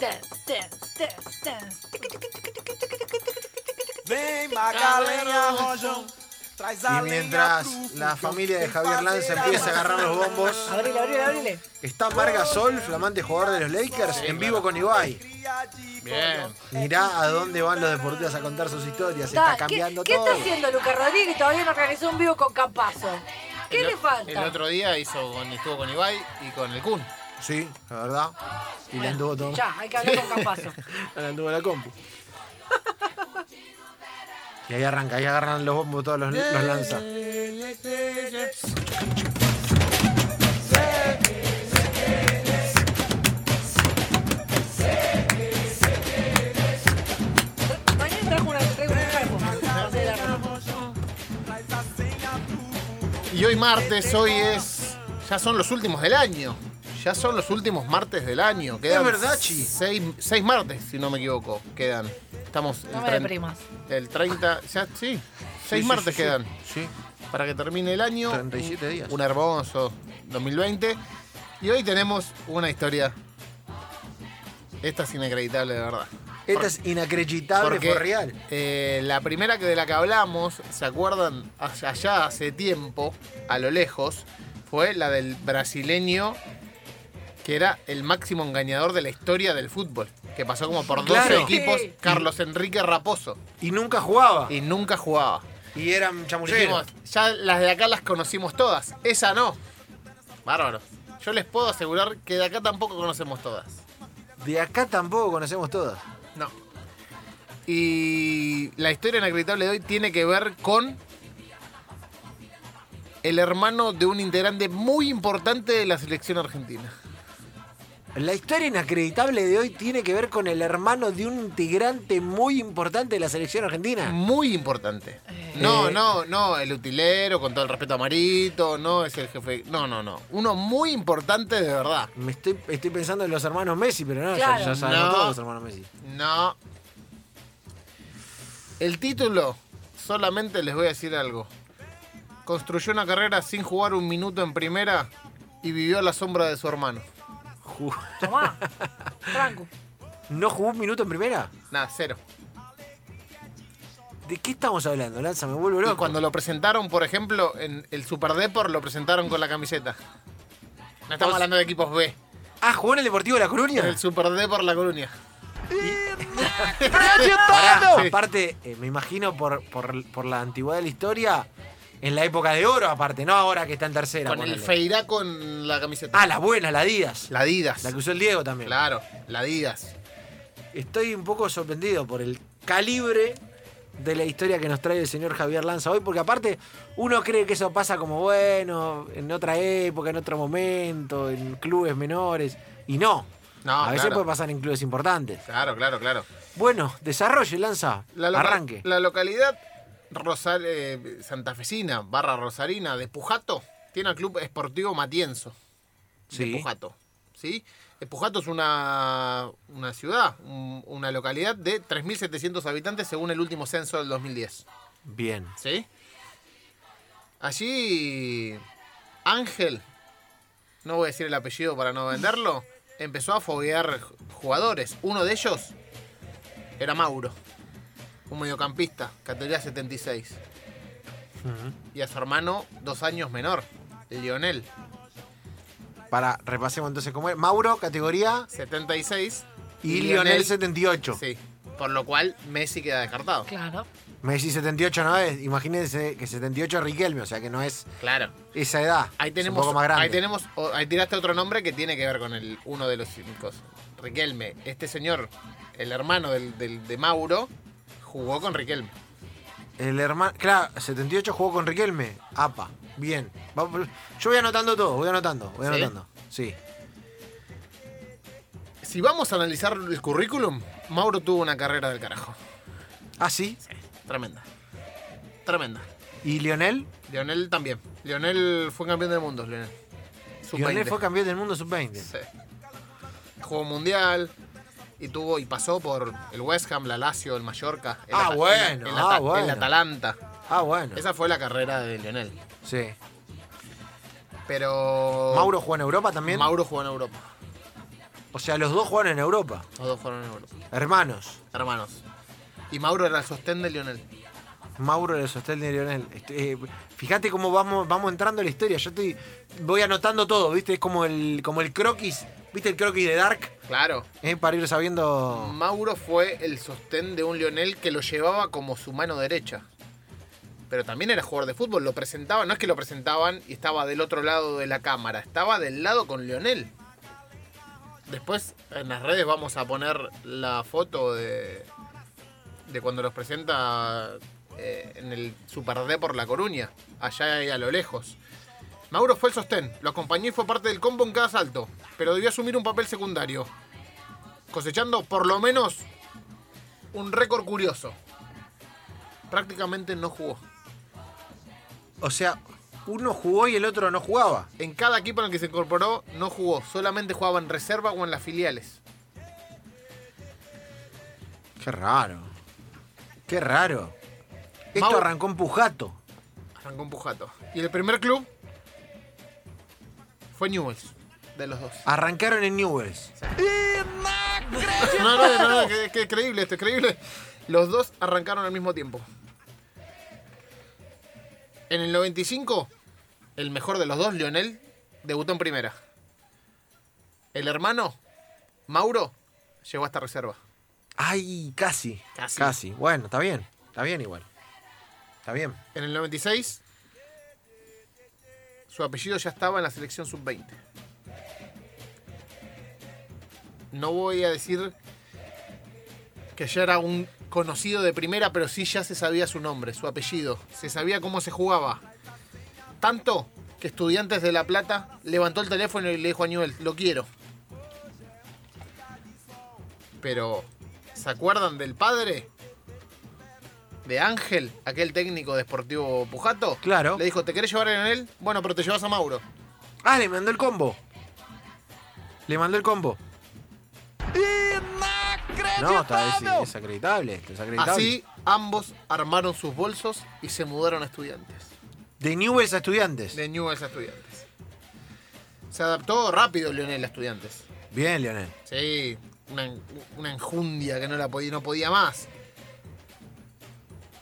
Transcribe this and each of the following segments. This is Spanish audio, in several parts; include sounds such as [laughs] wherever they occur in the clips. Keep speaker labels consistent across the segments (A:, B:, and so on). A: Dance, dance, dance, dance. Tiqui, tiqui, tiqui, tiqui, tiqui, tiqui, tiqui, tiqui, tiqui.
B: Vem, Magalena Rojón. Traz a
C: Y
B: lenha
C: mientras
B: pro
C: la
B: fogão.
C: familia de
B: Vem
C: Javier
B: fazer
C: Lanza empieza a agarrar los bombos,
A: Abrile, abrile, abrile.
C: está Marga Sol, flamante jugador de los Lakers,
D: Sí,
C: en vivo
D: claro.
C: con Ibai.
B: alegria de
D: Bien.
C: Mirá a dónde van los deportistas a contar sus historias.
A: Da,
C: Está
A: ¿qué-
C: cambiando
A: ¿Qué,
C: todo.
A: está haciendo Lucas Rodríguez? que Todavía no organizó un vivo con Campazo. ¿Qué
D: El o-
A: le falta?
D: El otro día hizo con- estuvo con Ibai y con el Kun.
C: Sí, la verdad. Y la anduvo todo.
A: Ya, hay que hablar con Campazo.
C: la anduvo la compu. Y ahí arranca, ahí agarran los bombos todos los, los lanza.
A: [laughs] Mañana traigo una, traigo un enfermo. Hace la rama.
D: Y hoy martes, hoy es. Ya son los últimos del año. Ya son los últimos martes del año. Quedan
C: verdad, Chi.
D: Seis, seis martes, si no me equivoco, quedan. Estamos el
A: No me
D: tren-
A: deprimas.
D: El 30. Ya, sí. Seis
C: Sí, sí,
D: martes
C: sí, sí.
D: quedan.
C: Sí.
D: Para que termine el año.
C: 37 días.
D: Un hermoso 2020. Y hoy tenemos una historia. Esta es inacreditable, de verdad.
C: Esta es inacreditable,
D: Porque,
C: fue real.
D: eh, la primera que de la que hablamos, ¿se acuerdan? Allá, allá hace tiempo, a lo lejos, fue la del brasileño que era el máximo engañador de la historia del fútbol. Que pasó como por 12
C: Claro.
D: equipos,
A: Sí.
D: Carlos Enrique Raposo.
C: Y nunca jugaba.
D: Y nunca jugaba.
C: Y eran
D: Dijimos,
C: chamulleros.
D: ya las de acá las conocimos todas. Esa no. Bárbaro. Yo les puedo asegurar que de acá tampoco conocemos todas.
C: De acá tampoco conocemos todas.
D: No. Y la historia inacreditable de hoy tiene que ver con el hermano de un integrante muy importante de la selección argentina.
C: La historia inacreditable de hoy tiene que ver con el hermano de un integrante muy importante de la selección argentina.
D: Muy importante. No,
C: Eh.
D: no, no, el utilero, con todo el respeto a Marito, no es el jefe. No, no, no. Uno muy importante de verdad.
C: Me estoy, estoy pensando en los hermanos Messi, pero no, ya-
A: Claro.
C: ya, sabemos
D: No.
C: todos los hermanos Messi.
D: No. El título, solamente les voy a decir algo. Construyó una carrera sin jugar un minuto en primera y vivió a la sombra de su hermano.
C: Ju-
A: Tomá. Franco.
C: ¿No jugó un minuto en primera?
D: Nada, cero.
C: ¿De qué estamos hablando, Lanza? Me vuelvo
D: Y
C: loco.
D: cuando lo presentaron, por ejemplo, en el Super Depor, lo presentaron con la camiseta. No estamos hablando de equipos B.
C: Ah, jugó en el Deportivo de La Coruña.
D: En el Super Depor La Coruña.
C: Pará,
D: Sí.
C: Aparte, eh, me imagino por, por, por la antigüedad de la historia, en la época de oro, aparte, no ahora que está en tercera.
D: Con el
C: ponele.
D: Feirá con la camiseta.
C: Ah, la buena, la Díaz.
D: La Adidas.
C: La que usó el Diego también.
D: Claro, la Adidas.
C: Estoy un poco sorprendido por el calibre de la historia que nos trae el señor Javier Lanza hoy, porque aparte uno cree que eso pasa como bueno, en otra época, en otro momento, en clubes menores, y no.
D: No,
C: A veces
D: claro.
C: puede pasar en clubes importantes.
D: Claro, claro, claro.
C: Bueno, desarrolle, Lanza.
D: La loca-
C: Arranque.
D: La localidad Rosal, eh, santafesina, barra rosarina, de Pujato, tiene al club esportivo Matienzo.
C: Sí.
D: De Pujato. ¿sí? Eh, Pujato es una, una ciudad, un- una localidad de 3.700 habitantes según el último censo del 2010.
C: Bien.
D: ¿sí? Allí Ángel, no voy a decir el apellido para no venderlo, empezó a foguear jugadores. Uno de ellos era Mauro, un mediocampista, categoría 76. Y a su hermano, dos años menor, Lionel,
C: Para, repasemos entonces cómo es. Mauro, categoría,
D: 76.
C: y, Lionel 78.
D: Sí, por lo cual Messi queda descartado.
A: Claro.
C: Messi 78 no es. Imagínense que 78 es Riquelme, o sea que no es
D: Claro.
C: esa edad.
D: Ahí
C: Es
D: tenemos,
C: un poco más grande.
D: ahí tenemos, o- ahí tiraste otro nombre que tiene que ver con el uno de los cínicos. Riquelme, este señor, el hermano del, del- de Mauro, jugó con Riquelme.
C: El hermano. Claro, 78 jugó con Riquelme. Apa. Bien. Va- Yo voy anotando todo, voy anotando, voy
D: ¿Sí?
C: anotando. Sí.
D: Si vamos a analizar el currículum, Mauro tuvo una carrera del carajo.
C: Ah, sí.
D: Tremenda. Tremenda.
C: ¿Y Lionel?
D: Leonel también. Leonel fue campeón del mundo, Leonel.
C: Lionel
D: Sub-20.
C: fue campeón del mundo sub-20.
D: Sí. Jugó mundial y tuvo y pasó por el West Ham, la Lazio, el Mallorca, el,
C: Ah,
D: Ata-
C: bueno,
D: el, el
C: ah,
D: Ata- el
C: bueno.
D: Atalanta.
C: Ah, bueno.
D: Esa fue la carrera de Leonel.
C: Sí.
D: Pero.
C: ¿Mauro jugó en Europa también?
D: Mauro jugó en Europa.
C: O sea, los dos jugaron en Europa.
D: Los dos fueron en Europa.
C: Hermanos.
D: Hermanos. Y Mauro era el sostén de Lionel.
C: Mauro era el sostén de Lionel. Este, eh, fíjate cómo vamos, vamos entrando en la historia. Yo estoy, voy anotando todo, ¿viste? Es como el, como el croquis. ¿Viste el croquis de Dark?
D: Claro.
C: Eh, para ir sabiendo.
D: Mauro fue el sostén de un Lionel que lo llevaba como su mano derecha. Pero también era jugador de fútbol, lo presentaban, no es que lo presentaban y estaba del otro lado de la cámara, estaba del lado con Lionel. Después en las redes vamos a poner la foto de, de cuando los presenta eh, en el Super D por La Coruña, allá y a lo lejos. Mauro fue el sostén, lo acompañó y fue parte del combo en cada salto, pero debió asumir un papel secundario cosechando por lo menos un récord curioso. Prácticamente no jugó.
C: O sea, uno jugó y el otro no jugaba.
D: En cada equipo en el que se incorporó no jugó, solamente jugaba en reserva o en las filiales.
C: Qué raro. Qué raro. Esto
D: Mauro-
C: arrancó en Pujato.
D: Arrancó un pujato. Y el primer club fue Newells, de los dos.
C: Arrancaron en Newells.
D: No, no, no, no, que, que creíble esto, creíble. Los dos arrancaron al mismo tiempo. En el 95, el mejor de los dos, Lionel, debutó en primera. El hermano, Mauro, llegó hasta reserva.
C: Ay, casi.
D: Casi.
C: Casi. Bueno, está bien. Está bien igual. Está bien.
D: En el 96, su apellido ya estaba en la selección sub-20. No voy a decir que ya era un conocido de primera, pero sí ya se sabía su nombre, su apellido. Se sabía cómo se jugaba. Tanto que Estudiantes de La Plata levantó el teléfono y le dijo a Newell, lo quiero. Pero, ¿se acuerdan del padre? de Ángel, aquel técnico de Sportivo Pujato.
C: Claro.
D: Le dijo, ¿te querés llevar a Lionel? Bueno, pero te llevas a Mauro.
C: Ah, le mandó el combo. Le mandó el combo. No, está es, es acreditable. esto Es acreditable.
D: Así ambos armaron sus bolsos y se mudaron a estudiantes.
C: De Newells a estudiantes.
D: De Newell's a estudiantes. Se adaptó rápido Lionel a estudiantes.
C: Bien, Leonel.
D: Sí, una, en- una enjundia que no, la podía, no podía más.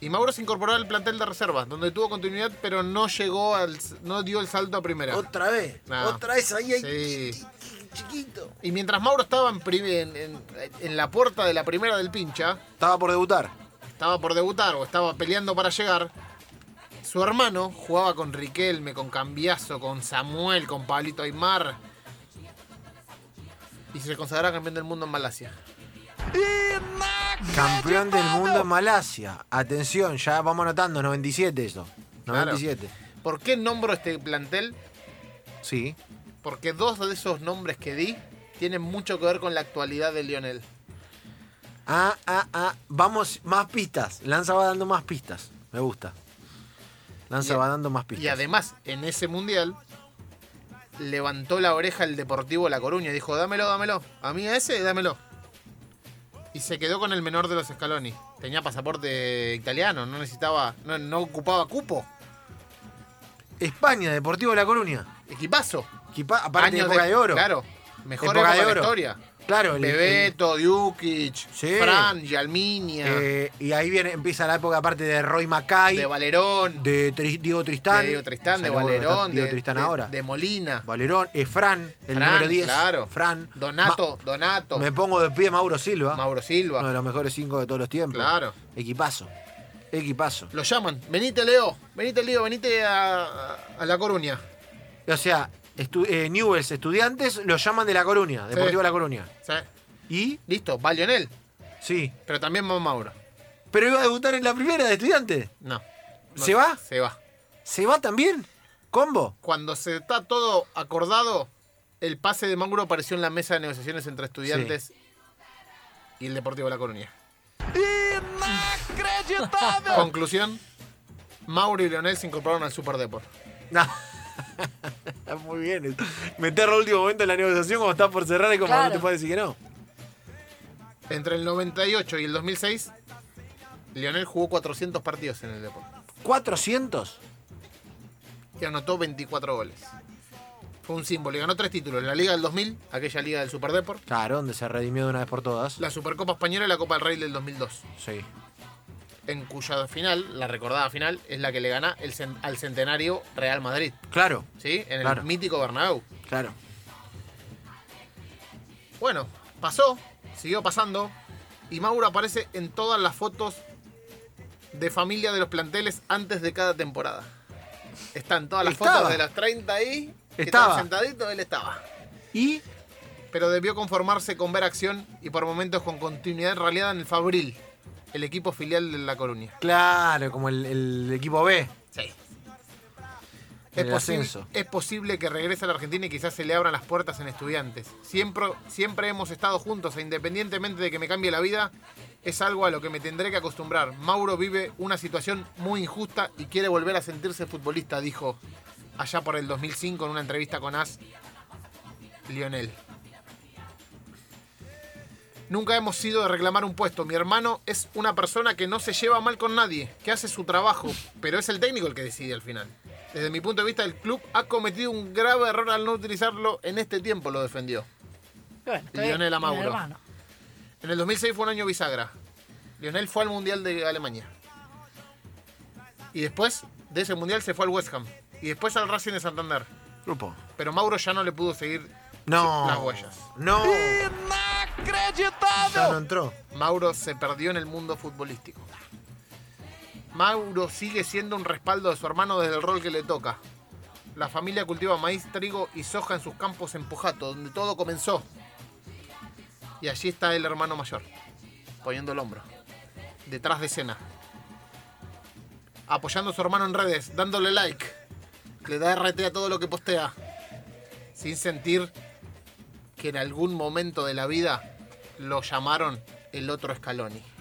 D: Y Mauro se incorporó al plantel de reserva, donde tuvo continuidad, pero no llegó al, no dio el salto a primera.
C: Otra vez.
D: No.
C: Otra vez ahí, ahí,
D: Sí.
C: chiqui- chiquito.
D: Y mientras Mauro estaba en, pri- en- en- en la puerta de la primera del pincha,
C: Estaba por debutar.
D: estaba por debutar o estaba peleando para llegar, su hermano jugaba con Riquelme, con Cambiazo, con Samuel, con Pablito Aymar. Y se consagraba campeón del mundo en Malasia.
C: Campeón del mundo en Malasia. Atención, ya vamos anotando. 97 eso.
D: Claro.
C: 97.
D: ¿Por qué nombro este plantel?
C: Sí.
D: Porque dos de esos nombres que di tienen mucho que ver con la actualidad de Lionel.
C: Ah, ah, ah. Vamos, más pistas. Lanza va dando más pistas. Me gusta. Lanza
D: Y-
C: va dando más pistas.
D: Y además, en ese mundial, levantó la oreja el Deportivo La Coruña y dijo, dámelo, dámelo. A mí a ese, dámelo. Y se quedó con el menor de los Scaloni. Tenía pasaporte italiano, no necesitaba, no, no ocupaba cupo.
C: España, Deportivo La Coruña.
D: Equipazo.
C: Equipa- aparte de
D: Años
C: época de, oro.
D: Claro. Mejor
C: Época
D: época,
C: de
D: de,
C: oro.
D: la historia.
C: Claro, el- el-
D: Bebeto, Djukic,
C: Sí.
D: Fran, Yalminia,
C: eh, y ahí viene, empieza la época aparte de Roy Mackay,
D: de Valerón, de,
C: de Tri- Diego Tristán.
D: Diego Tristán, de
C: Sale, bueno,
D: Valerón,
C: Diego
D: de,
C: Tristán
D: de-
C: ahora.
D: de Molina,
C: Valerón, eh, Fran, el
D: Fran,
C: número 10.
D: claro.
C: Fran.
D: Donato, Donato,
C: Ma- me pongo de pie Mauro Silva.
D: Mauro Silva.
C: Uno de los mejores cinco de todos los tiempos.
D: Claro.
C: Equipazo. Equipazo.
D: Lo llaman, venite Leo, venite Leo, venite a, a La Coruña.
C: O sea, estu- eh, Newells, estudiantes, lo llaman de La Coruña, Deportivo La Coruña.
D: ¿Sí?
C: Y,
D: Listo, va Lionel,
C: sí.
D: pero también va Mauro.
C: Pero iba a debutar en la primera de estudiantes.
D: No. No,
C: ¿Se va?
D: Se va.
C: ¿Se va también? ¿Combo? [laughs]
D: Cuando se está todo acordado, el pase de Mauro apareció en la mesa de negociaciones entre estudiantes y el Deportivo La Coruña. Conclusión, Mauro y Lionel se incorporaron al Super Deport.
C: No. Muy bien. Meterlo al último momento en la negociación como está por cerrar y como
A: Claro.
C: no te puede decir que no.
D: Entre el 98 y el 2006, Lionel jugó 400 partidos en el Deport
C: 400.
D: y anotó 24 goles. Fue un símbolo. Y ganó tres títulos. La Liga del 2000, aquella Liga del Super Deport.
C: Claro, donde se redimió de una vez por todas.
D: La Supercopa Española y la Copa del Rey del 2002.
C: Sí.
D: En cuya final, la recordada final, es la que le gana el cen- al centenario Real Madrid.
C: Claro,
D: ¿Sí? En el
C: Claro.
D: mítico Bernabéu.
C: claro.
D: Bueno, pasó, siguió pasando. Y Mauro aparece en todas las fotos de familia de los planteles antes de cada temporada. Están todas las
C: Estaba.
D: fotos de las 30 ahí. que
C: Estaba.
D: estaban sentaditos, él estaba.
C: Y
D: pero debió conformarse con ver acción y por momentos con continuidad raleada en el Fabril, el equipo filial de La Coruña.
C: claro, como el, el equipo B.
D: Sí. Es,
C: En el
D: posi-
C: ascenso.
D: es posible que regrese a la Argentina y quizás se le abran las puertas en estudiantes. Siempre, siempre hemos estado juntos e independientemente de que me cambie la vida, es algo a lo que me tendré que acostumbrar. Mauro vive una situación muy injusta y quiere volver a sentirse futbolista, dijo allá por el 2005 en una entrevista con As Lionel. Nunca hemos sido de reclamar un puesto. Mi hermano es una persona que no se lleva mal con nadie, que hace su trabajo, pero es el técnico el que decide al final. Desde mi punto de vista, el club ha cometido un grave error al no utilizarlo en este tiempo, lo defendió.
A: Bueno,
D: Y Lionel
A: mi
D: Amauro.
A: hermano.
D: En el 2006 fue un año bisagra. Lionel fue al Mundial de Alemania. Y después de ese Mundial se fue al West Ham. Y después al Racing de Santander.
C: Grupo.
D: Pero Mauro ya no le pudo seguir
C: No.
D: las huellas.
C: No. Ya no
B: Inacreditable.
C: entró.
D: Mauro se perdió en el mundo futbolístico. Mauro sigue siendo un respaldo de su hermano desde el rol que le toca. La familia cultiva maíz, trigo y soja en sus campos en Pujato, donde todo comenzó. Y allí está el hermano mayor, poniendo el hombro, detrás de escena, apoyando a su hermano en redes, dándole like, le da RT a todo lo que postea, sin sentir que en algún momento de la vida lo llamaron el otro Scaloni.